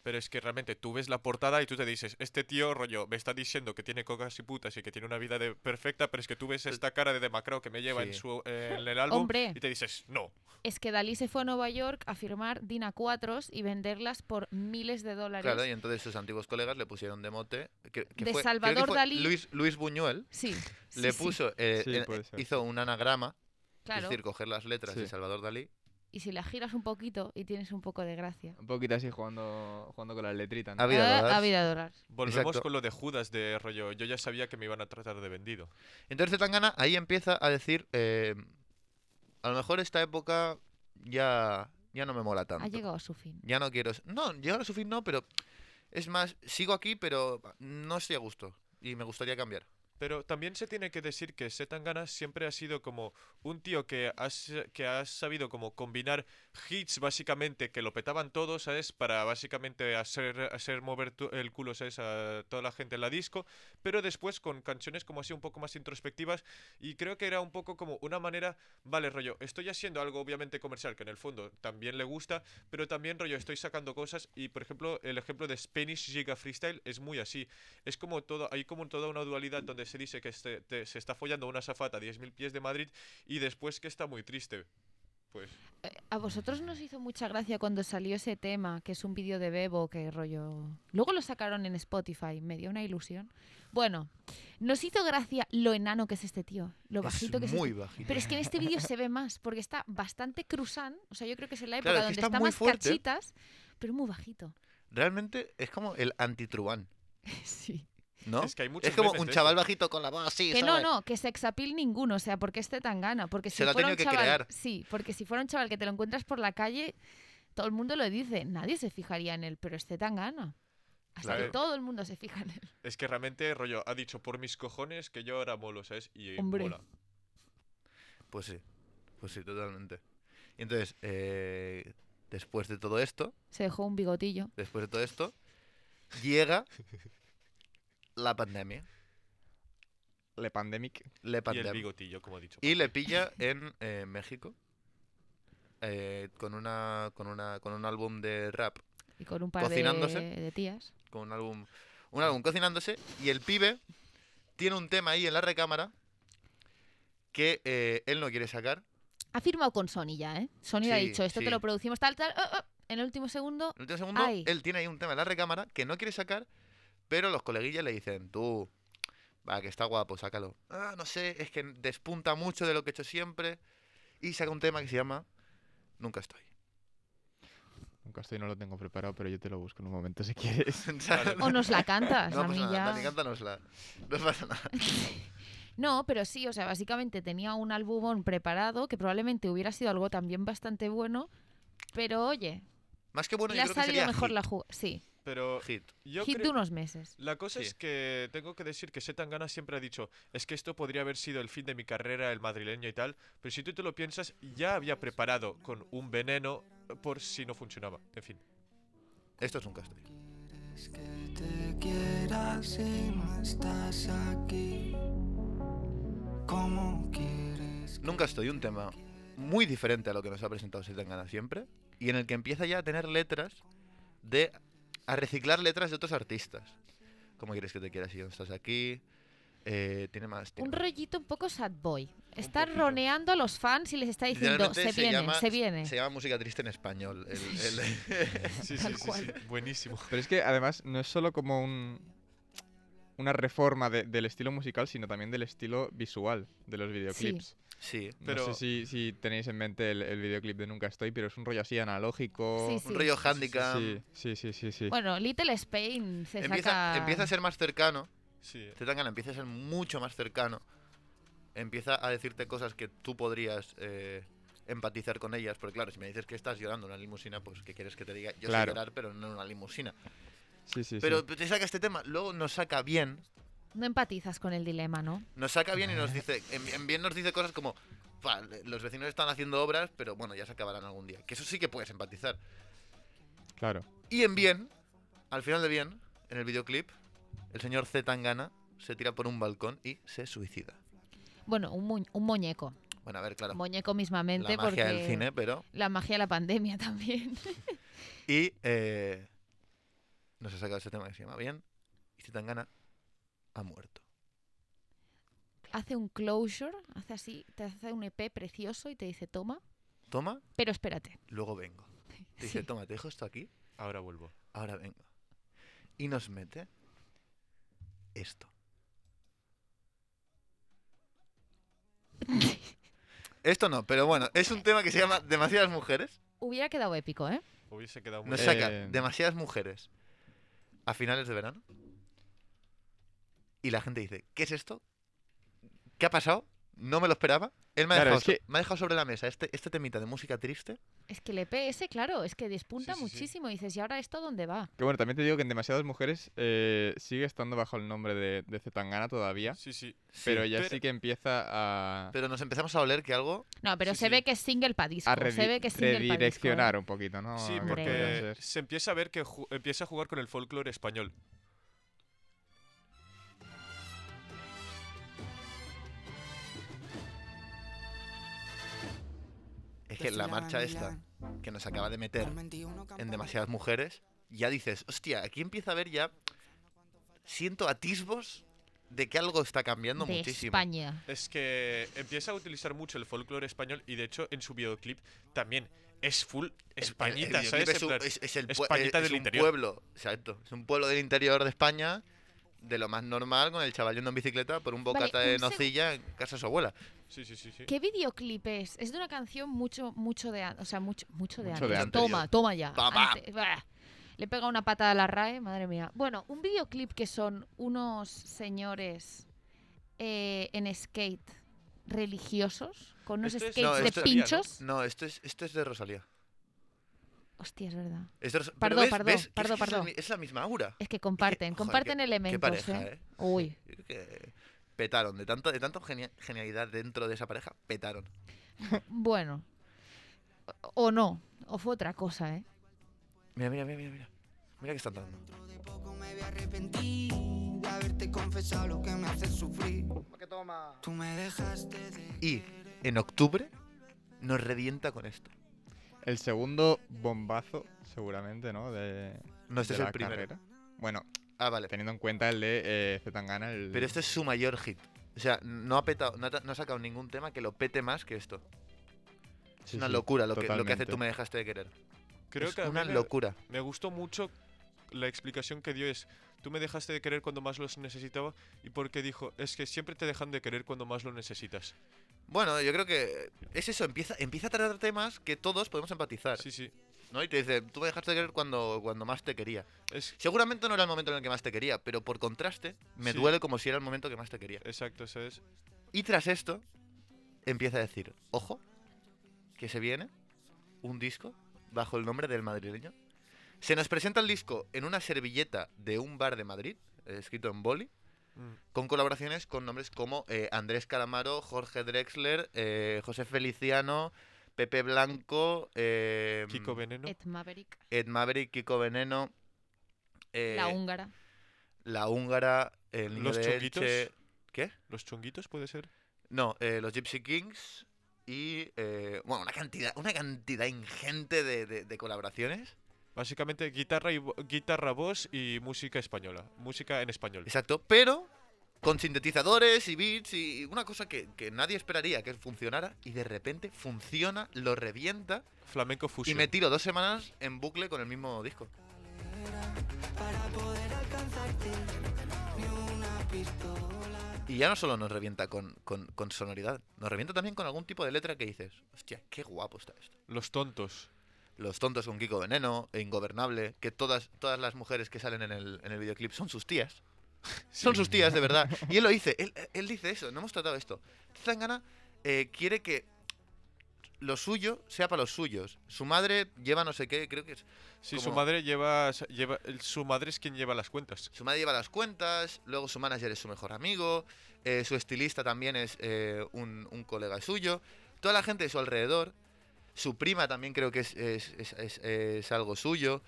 Pero es que realmente tú ves la portada y tú te dices, este tío, rollo, me está diciendo que tiene cocas y putas y que tiene una vida de perfecta, pero es que tú ves esta cara de demacrado que me lleva en, Pues Sí. su, eh, en el álbum Hombre. y te dices, no. Es que Dalí se fue a Nueva York a firmar Dina 4 y venderlas por miles de dólares. Claro, y entonces sus antiguos colegas le pusieron de mote. Que, que De fue- creo que Salvador fue Dalí. Luis, Luis Buñuel Sí. sí, le sí, puso. eh, Sí, en- puede ser. hizo un anagrama, Claro. es decir, coger las letras de Sí. Salvador Dalí. Y si la giras un poquito y tienes un poco de gracia. Un poquito así jugando, jugando con las letritas. ¿no? A vida Ah, Dollars. a vida dólar. Volvemos Exacto. con lo de Judas de rollo, yo ya sabía que me iban a tratar de vendido. Entonces Zetangana ahí empieza a decir, eh, a lo mejor esta época ya, ya no me mola tanto. Ha llegado a su fin. Ya no quiero... s- No, llegar a su fin no, pero es más, sigo aquí, pero no estoy a gusto y me gustaría cambiar. Pero también se tiene que decir que Setangana siempre ha sido como un tío que ha que ha sabido como combinar hits básicamente que lo petaban todos, ¿sabes? Para básicamente hacer, hacer mover tu- el culo, ¿sabes? A toda la gente en la disco, pero después con canciones como así un poco más introspectivas y creo que era un poco como una manera, vale, rollo, estoy haciendo algo obviamente comercial que en el fondo también le gusta, pero también rollo, estoy sacando cosas y por ejemplo el ejemplo de Spanish Giga Freestyle es muy así, es como todo, hay como toda una dualidad donde se dice que este- te- se está follando una zafata a 10.000 pies de Madrid y después que está muy triste. Pues Eh, A vosotros nos hizo mucha gracia cuando salió ese tema, que es un vídeo de Bebo, que rollo. Luego lo sacaron en Spotify, me dio una ilusión. Bueno, nos hizo gracia lo enano que es este tío, lo bajito que es. muy este- bajito. Pero es que en este vídeo se ve más, porque está bastante cruzán. O sea, yo creo que es en la época Claro, es que está donde está, muy más fuerte. cachitas, pero muy bajito. Realmente es como el anti-Truán, sí. ¿no? Es que hay muchos como memes un de chaval bajito con la voz así, Que no, ¿sabes? no, que sexapil ninguno, o sea, porque este tan gana. Porque si Se lo ha fuera un tenido que chaval, crear. Sí, porque si fuera un chaval que te lo encuentras por la calle, todo el mundo lo dice, nadie se fijaría en él, pero este tan gana. Hasta Claro. que todo el mundo se fija en él. es que realmente, rollo, ha dicho por mis cojones que yo ahora molo, ¿sabes? Y eh, Hombre. mola. Pues sí, pues sí, totalmente. Y entonces, eh, después de todo esto, Se dejó un bigotillo. después de todo esto, llega la pandemia. Le Pandemic. Le Y el pandemia. bigotillo, como ha dicho. Y Pablo. le pilla en eh, México eh, con una con una con un álbum de rap, Y con un par de, Cocinándose. de tías. con un álbum un álbum cocinándose y el pibe tiene un tema ahí en la recámara que eh, él no quiere sacar. Ha firmado con Sony ya, ¿eh? Sony le ha Sí, dicho, esto sí. te lo producimos tal, tal, ah, ah". en el último segundo. En el último segundo, Ay. él tiene ahí un tema en la recámara que no quiere sacar, pero los coleguillas le dicen, tú, va, que está guapo, sácalo. Ah, no sé, es que despunta mucho de lo que he hecho siempre. Y saca un tema que se llama Nunca estoy. Nunca estoy, no lo tengo preparado, pero yo te lo busco en un momento si quieres. ¿Sabes? O nos la cantas, No a mí pasa ya. nada, Dani, cántanosla. No pasa nada. No, pero sí, o sea, básicamente tenía un albumón preparado que probablemente hubiera sido algo también bastante bueno, pero oye, Más que bueno, le yo ha creo que salido sería mejor hit, la jugada. Sí, Pero hit. yo hit de creo... unos meses. La cosa Sí. es que tengo que decir que Setangana siempre ha dicho, es que esto podría haber sido el fin de mi carrera, el madrileño y tal, pero si tú te lo piensas, ya había preparado con un veneno por si no funcionaba. En fin. Esto es Nunca estoy. Es que te quiera si no estás aquí. ¿Cómo quieres? Nunca estoy, un tema muy diferente a lo que nos ha presentado Setangana siempre y en el que empieza ya a tener letras de a reciclar letras de otros artistas. ¿Cómo quieres que te quieras si no estás aquí? Eh, tiene más. tiene Un más. rollito un poco sad boy. Está poquito. roneando a los fans y les está diciendo, Literalmente se, viene, se viene. Se llama música triste en español. el- el- Sí, sí, Tal sí, cual. sí. Buenísimo. Pero es que además no es solo como un, una reforma de- del estilo musical, sino también del estilo visual de los videoclips. sí. Pero- No sé si, si tenéis en mente el, el videoclip de Nunca Estoy, pero es un rollo así analógico. Sí, sí. Un rollo handicap. Sí, sí, sí, sí, sí. Bueno, Little Spain se Empieza, saca... empieza a ser más cercano. Sí. Zetangana empieza a ser mucho más cercano. Empieza a decirte cosas que tú podrías eh, empatizar con ellas. Porque claro, si me dices que estás llorando en una limusina, pues ¿qué quieres que te diga? Yo Claro. sé llorar, pero no en una limusina. sí, sí, sí. Pero te saca este tema. Luego nos saca bien. No empatizas con el dilema, ¿no? Nos saca bien y nos dice... En, en bien nos dice cosas como... "Fa, Los vecinos están haciendo obras, pero bueno, ya se acabarán algún día. Que eso sí que puedes empatizar. Claro. Y en Bien, al final de Bien, en el videoclip, el señor Z Tangana se tira por un balcón y se suicida. Bueno, un, mu- un muñeco. Bueno, a ver, claro. Muñeco mismamente La magia porque... del cine, pero. La magia de la pandemia también. Y eh, nos ha sacado ese tema que se llama Bien. Y Z Tangana ha muerto. hace un closure, hace así, te hace un EP precioso y te dice, toma, Toma, pero espérate. luego vengo. Te dice, Sí. toma, te dejo esto aquí, Ahora vuelvo. ahora vengo. Y nos mete esto. Esto no, pero bueno, es un tema que se llama Demasiadas mujeres. Hubiera quedado épico, ¿eh? Hubiese quedado muy Nos Eh, bien. saca demasiadas mujeres a finales de verano. Y la gente dice, ¿qué es esto? ¿Qué ha pasado? no me lo esperaba. Él me ha, Claro, dejado, es que- me ha dejado sobre la mesa este, este temita de música triste. Es que el EPS, claro, es que despunta Sí, sí, sí. muchísimo. Y dices, ¿y ahora esto dónde va? Que bueno, también te digo que en demasiadas mujeres eh, sigue estando bajo el nombre de, de Zetangana todavía. Sí, sí. Pero ya pero- sí que empieza a, Pero nos empezamos a oler que algo. No, pero Sí, se sí. ve que es single padisco. a se redi- ve que es single padisco. redireccionar un poquito, ¿no? sí, A que hombre. porque podría ser. se empieza a ver que ju- empieza a jugar con el folclore español. Es que la Pues marcha esta que nos acaba de meter en demasiadas mujeres, ya dices, hostia, aquí empieza a ver ya. Siento atisbos de que algo está cambiando de muchísimo. España. Es que empieza a utilizar mucho el folclore español y de hecho en su videoclip también es full El- el- el españita, videoclip ¿sabes? Es En un, plan, es- es el pue- Españita es- es del un interior. pueblo, exacto. Es un pueblo del interior de España, de lo más normal, con el chaval yendo en bicicleta por un Vale, bocata de un segu- nocilla en casa de su abuela. Sí, sí, sí, sí. ¿Qué videoclip es? Es de una canción mucho, mucho de antes. O sea, mucho, mucho de Mucho antes. de antes. Toma, toma ya. Pa, pa. antes, bah. Le pega una patada a la RAE, madre mía. Bueno, un videoclip que son unos señores eh, en skate religiosos, con unos Esto es- skates no, de esto es- pinchos. No, esto es, esto es de Rosalía. Hostia, es verdad. Es de Rosa- pero Pardo, ves- pardo, ves que es pardo, que es la pardo. mi- Es la misma aura. Es que comparten, joder, comparten qué- qué elementos. pareja, ¿eh? ¿eh? Uy. Yo creo que petaron. De tanto, de tanta genia- genialidad dentro de esa pareja, petaron. Bueno. O, o no. O fue otra cosa, ¿eh? Mira, mira, mira, mira, mira. Mira que están dando. Dentro de poco me voy a arrepentir de haberte confesado lo que me hace sufrir. Tú me dejaste de Y en octubre nos revienta con esto. El segundo bombazo, seguramente, ¿no? De, No, este de es el la primero. carrera. Bueno, Ah, vale. teniendo en cuenta el de eh, Zetangana, el... Pero este es su mayor hit. O sea, no ha, petado, no ha, ta- no ha sacado ningún tema que lo pete más que esto. Es Sí, una sí, locura lo que, lo que hace totalmente. Tú me dejaste de querer. Creo es que a mí una me- locura. me gustó mucho la explicación que dio es, tú me dejaste de querer cuando más los necesitaba y porque dijo, es que siempre te dejan de querer cuando más lo necesitas. Bueno, yo creo que es eso. Empieza, empieza a tratar temas que todos podemos empatizar. Sí, sí. ¿no? Y te dice, tú me dejaste de querer cuando, cuando más te quería. Es, Seguramente no era el momento en el que más te quería, pero por contraste, me Sí. duele como si era el momento que más te quería. exacto, ¿sabes? Y tras esto, empieza a decir, ojo, que se viene un disco bajo el nombre del madrileño. Se nos presenta el disco en una servilleta de un bar de Madrid, eh, escrito en boli, Mm. con colaboraciones con nombres como eh, Andrés Calamaro, Jorge Drexler, eh, José Feliciano, Pepe Blanco, eh, Kiko Veneno. Ed Este Maverick, Ed Maverick, Kiko Veneno, eh, la húngara. la húngara, el niño Los de chunguitos. Elche- ¿Qué? ¿Los chunguitos puede ser? No, eh, los Gypsy Kings y eh, bueno, una cantidad, una cantidad ingente de, de- de colaboraciones. Básicamente guitarra, y vo- guitarra, voz y música española. Música en español. Exacto, pero con sintetizadores y beats y una cosa que, que nadie esperaría que funcionara y de repente funciona, lo revienta Flamenco y fusion. me tiro dos semanas en bucle con el mismo disco. para poder alcanzarte ni una pistola. Y ya no solo nos revienta con, con- con sonoridad, nos revienta también con algún tipo de letra que dices, hostia, qué guapo está esto. Los tontos. Los tontos con Kiko Veneno, e Ingobernable, que todas, todas las mujeres que salen en el, en el videoclip son sus tías. Son sus tías, de verdad. Y él lo dice, él, él dice eso, no hemos tratado esto. Zangana eh, quiere que lo suyo sea para los suyos. Su madre lleva no sé qué, creo que es. Sí, su Como- madre lleva, lleva. el- Su madre es quien lleva las cuentas. Su madre lleva las cuentas, luego su manager es su mejor amigo, eh, su estilista también es eh, un, un colega suyo, toda la gente de su alrededor, su prima también creo que es, es- es- es- es algo suyo.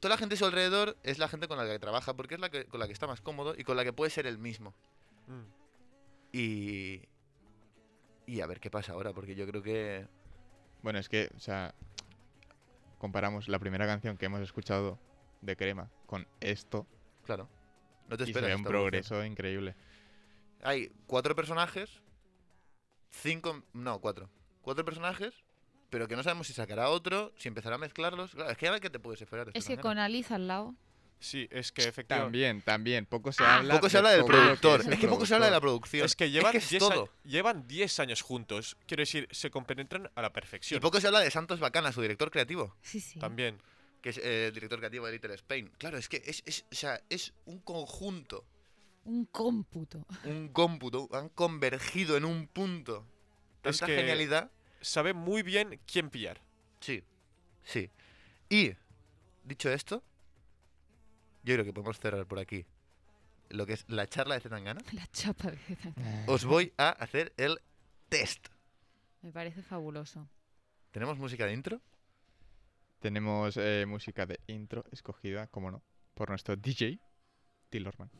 Toda la gente de su alrededor es la gente con la que trabaja, porque es la que, con la que está más cómodo y con la que puede ser él mismo. Mm. Y. Y a ver qué pasa ahora, porque yo creo que. Bueno, es que, o sea, comparamos la primera canción que hemos escuchado de Crema con esto Claro. No te y se ve esperas. un esta evolución. progreso increíble. Hay cuatro personajes. Cinco. No, cuatro. Cuatro personajes. Pero que no sabemos si sacará otro, si empezará a mezclarlos. Claro, es que a ver qué te puedes esperar. de Es que Zetangana. con Alice al lado. Sí, es que efectivamente. También, también, poco se Ah. habla Poco se de habla del todo lo que productor. el Es que poco se habla de la productor. producción. Es que llevan, es, 10 a- todo. llevan 10 años juntos. Quiero decir, se compenetran a la Y perfección. poco se habla de Santos Bacana, su director creativo. Sí, sí. También. Que es eh, el director creativo de Little Spain. Claro, es que es, es- o sea, es un conjunto Un cómputo. Un cómputo. Han convergido en un punto. Tanta Es que- genialidad. Sabe muy bien quién pillar. Sí. Sí. Y, dicho esto, yo creo que podemos cerrar por aquí lo que es la charla de Zetangana. La chapa de Zetangana. Os voy a hacer el test. Me parece fabuloso. ¿Tenemos música de intro? Tenemos eh, música de intro escogida, como no, por nuestro DJ, Tillorman.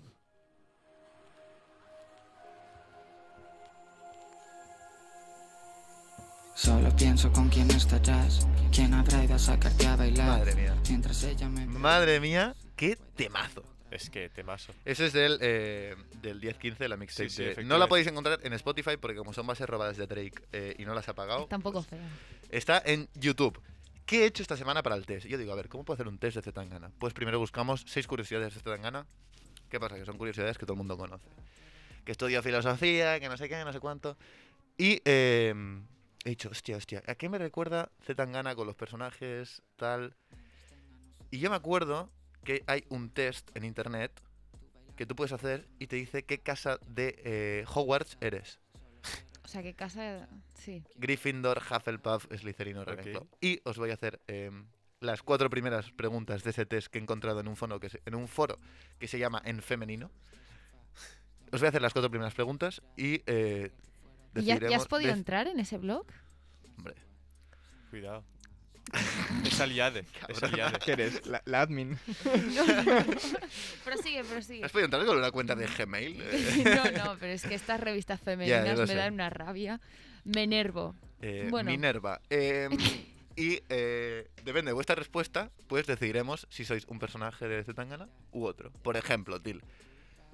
Solo pienso con quién estarás, quién habrá ido a sacarte a bailar. Madre mía. Mientras ella me. Madre mía, qué temazo. Es que temazo. Eso es del, eh, del 10-15 de la mixtape. Sí, sí, de- No la efectivamente. podéis encontrar en Spotify porque como son bases robadas de Drake eh, y no las ha pagado, pues Está un poco feo. está en YouTube. ¿Qué he hecho esta semana para el test? Yo digo, a ver, ¿cómo puedo hacer un test de Zetangana? Pues primero buscamos seis curiosidades de Zetangana. ¿Qué pasa? Que son curiosidades que todo el mundo conoce. Que estudio filosofía, que no sé qué, no sé cuánto. Y eh, he dicho, hostia, hostia, ¿a qué me recuerda Zetangana con los personajes, tal? Y yo me acuerdo que hay un test en internet que tú puedes hacer y te dice qué casa de eh, Hogwarts eres. O sea, que casa. Sí. Gryffindor, Hufflepuff, Slytherin o Ravenclaw. Y os voy a hacer em, las cuatro primeras preguntas de ese test que he encontrado en un, foro que se, en un foro que se llama En Femenino. Os voy a hacer las cuatro primeras preguntas y... Eh, ¿Y ya, ya decidiremos- has podido dec- entrar en ese blog? Hombre, Cuidado. Es aliade. Es aliade. ¿Qué eres? La, la admin. prosigue, prosigue. ¿Has podido entrar con una cuenta de Gmail? Eh, no, no, pero es que estas revistas femeninas lo me sé. dan una rabia. Me enervo. eh, Bueno. Minerva. Em, y eh, depende de vuestra respuesta, pues decidiremos si sois un personaje de Zetangana u otro. Por ejemplo, Til.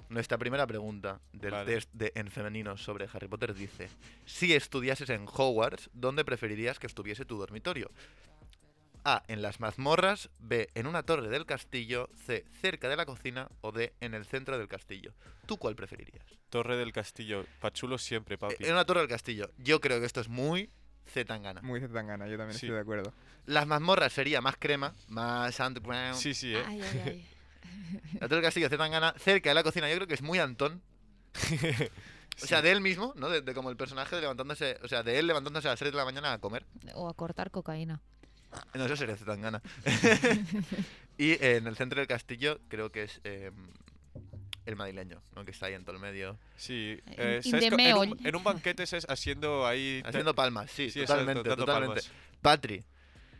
Nuestra primera pregunta del Vale. test de en femenino sobre Harry Potter dice: Si estudiases en Hogwarts, ¿dónde preferirías que estuviese tu dormitorio? A. En las mazmorras. B. En una torre del castillo. C. Cerca de la cocina. O D. En el centro del castillo. ¿Tú cuál preferirías? Torre del Castillo. Pachulo siempre, papi. En una torre del castillo. Yo creo que esto es muy Zetangana. Muy Zetangana, yo también Sí. estoy de acuerdo. Las mazmorras sería más crema, más underground. Sí, sí, eh. Ay, ay, ay. La Torre del Castillo, Zetangana, cerca de la cocina, yo creo que es muy Antón. O sea, de él mismo, ¿no? De, de como el personaje levantándose, o sea, de él levantándose a las 6 de la mañana a comer. O a cortar cocaína. No, eso sería Zetangana. y eh, en el centro del castillo creo que es eh, el madrileño, ¿no? Que está ahí en todo el medio. Sí. In- eh, in ¿sabes the co- en, un, meol. en un banquete es haciendo ahí... Haciendo palmas, sí, Sí, exacto, totalmente, dando totalmente. palmas. Patri,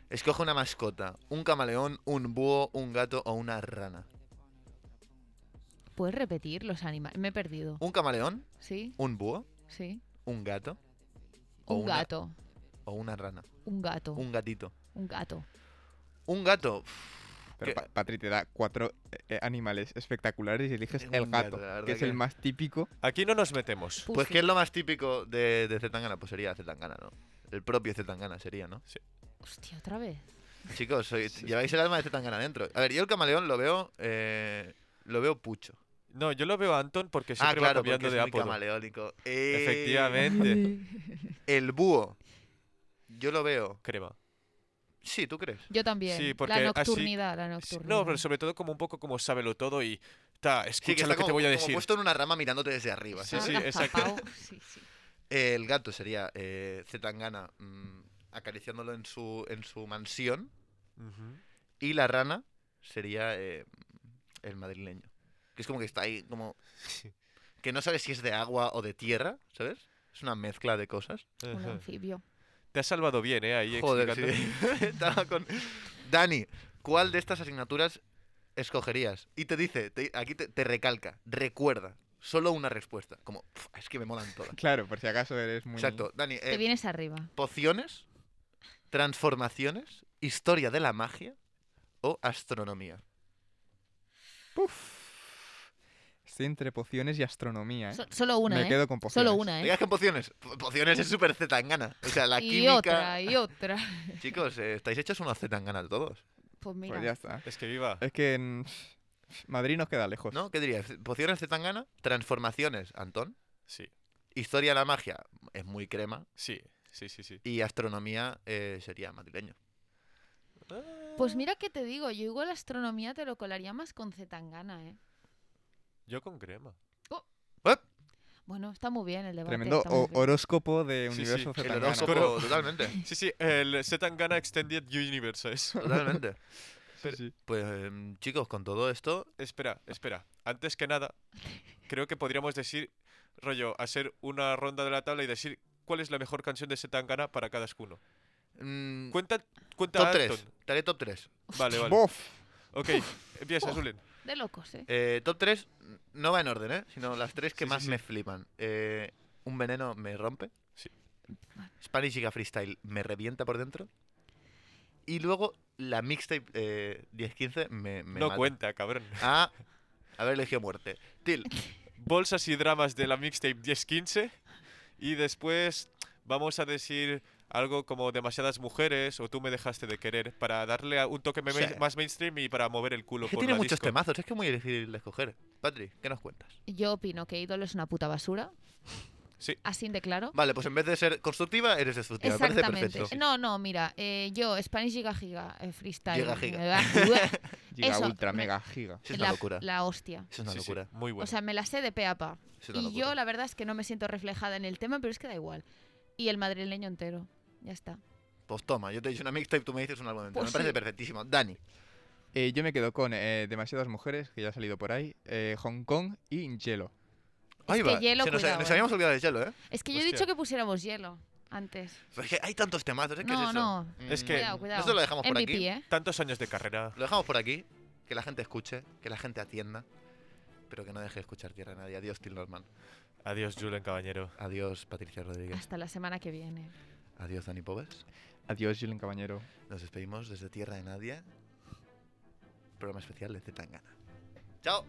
escoge una mascota, un camaleón, un búho, un gato o una rana. ¿Puedes repetir los animales? Me he perdido. Un camaleón, ¿Sí? un búho, ¿Sí? un gato O Un una- gato. o Oh. una rana. Un gato. Un gatito. Un gato. Un gato. Pero ¿Qué? Pa- Patri te da cuatro eh, eh, animales espectaculares y eliges Es el un gato, gato, la verdad que es que- el más típico. Aquí no nos metemos. Pues Puffy. ¿qué es lo más típico de, de Zetangana? Pues sería Zetangana, ¿no? El propio Zetangana sería, ¿no? Hostia, otra vez. Chicos, sois- lleváis el alma de Zetangana dentro. A ver, yo el camaleón lo veo... eh, lo veo pucho. No, yo lo veo a Anton porque Ah, siempre va claro, porque cambiando es de muy apodo. camaleónico. Eh, Efectivamente. El búho. Yo lo veo. Crema. Sí, ¿tú crees? Yo también. Sí, porque la así- nocturnidad, la Sí, nocturnidad. No, pero sobre todo como un poco como sábelo todo y... Ta, escucha Sí, que lo está que te como, voy a como decir. puesto en una rama mirándote desde arriba. Sí, ¿sabes? sí, Habla exacto. zapao. Ah, Sí, sí. El gato sería eh, Zetangana mm, acariciándolo en su, en su mansión. Ujú. Y la rana sería eh, el madrileño. Que es como que está ahí, como. Que no sabes si es de agua o de tierra, ¿sabes? Es una mezcla de cosas. Un Ajá. anfibio. Te has salvado bien, ¿eh? Ahí Joder, explicando. sí. Estaba con. Dani, ¿cuál de estas asignaturas escogerías? Y te dice, te- aquí te, te recalca, recuerda, solo una respuesta. Como, "Pf, es que me molan todas. Claro, por si acaso eres muy... Exacto, Dani, eh, Te vienes arriba. pociones, transformaciones, historia de la magia o astronomía. Estoy entre pociones y astronomía, ¿eh? So- solo una, Me ¿eh? quedo con pociones. Solo una, ¿eh? Digas que pociones. Po- Pociones es súper zetangana. O sea, la y química. otra, eh. y otra. Chicos, eh, estáis hechos unos zetangana todos. Pues mira. Pues ya está. Es que viva. Es que en... Madrid nos queda lejos. ¿No? ¿Qué dirías? Pociones zetangana, transformaciones, Antón. Sí, Historia de la magia es muy crema. sí, sí, sí, sí. Y astronomía eh, sería madrileño. Pues mira que te digo, yo igual la astronomía te lo colaría más con Zetangana, ¿eh? Yo con crema. Bueno, está muy bien el debate. Tremendo está muy o- bien. horóscopo de Sí, sí, universo el El Zetangana. horóscopo, Pero- totalmente. Sí, sí, el Zetangana Extended Universe, ¿sabes? Totalmente. Sí, sí. Pues em, chicos, con todo esto, Espera, espera. Antes que nada, creo que podríamos decir, rollo, hacer una ronda de la tabla y decir cuál es la mejor canción de Zetangana para cadascuno. mm, Cuenta, cuenta top Anton. 3. Te haré top 3. Vale, vale. Bof. Ok, empieza, Zulen. De locos, ¿eh? Eh, top 3 no va en orden, ¿eh? Sino las tres que Sí, sí, más sí. me flipan. Eh, un veneno me rompe. Sí. Spanish Giga Freestyle me revienta por dentro. Y luego la mixtape eh, 10-15 me, me No mata. cuenta, cabrón. Ah, haber elegido muerte. Til, Bolsas y dramas de la mixtape 10-15. Y después vamos a decir algo como demasiadas mujeres o tú me dejaste de querer para darle a- un toque me- Sí. más mainstream y para mover el culo es que por tiene la muchos disco. temazos, es que es muy difícil de escoger. Patrick, ¿qué nos cuentas? Yo opino que Ídolo es una puta basura. Sí. Así de claro. Vale, pues en vez de ser constructiva, eres destructiva. Me parece Exactamente. perfecto. No, no, mira, eh, yo, Spanish Giga Giga, eh, freestyle. Giga Giga. Giga Eso, ultra me- mega giga. Eso es la, una locura. la hostia. Eso es una Sí, sí, locura. muy bueno. O sea, me la sé de pe a pa. Eso es una Y locura. yo, la verdad es que no me siento reflejada en el tema, pero es que da igual. Y el madrileño entero. Ya está. Pues toma, yo te he dicho una mixtape, tú me dices un álbum entero. Pues me parece sí. perfectísimo. Dani. Eh, yo me quedo con eh, Demasiadas Mujeres, que ya ha salido por ahí, eh, Hong Kong y Ingelo. Ahí que va. hielo, Se nos, cuidado, nos eh. habíamos olvidado de hielo, ¿eh? Es que yo he Hostia. dicho que pusiéramos hielo antes. Pero es que hay tantos temazos, ¿eh? ¿Qué No, es eso? no. Es Mm, que- Cuidado, cuidado. Eso lo dejamos por MVP, aquí. ¿eh? Tantos años de carrera. Lo dejamos por aquí. Que la gente escuche, que la gente atienda. Pero que no deje de escuchar tierra a nadie. Adiós, Till Norman. Adiós, Julen Caballero. Adiós, Patricia Rodríguez. Hasta la semana que viene. Adiós, Dani Pobes. Adiós, Julen Cabañero. Nos despedimos desde Tierra de Nadie. Programa especial de Zetangana. ¡Chao!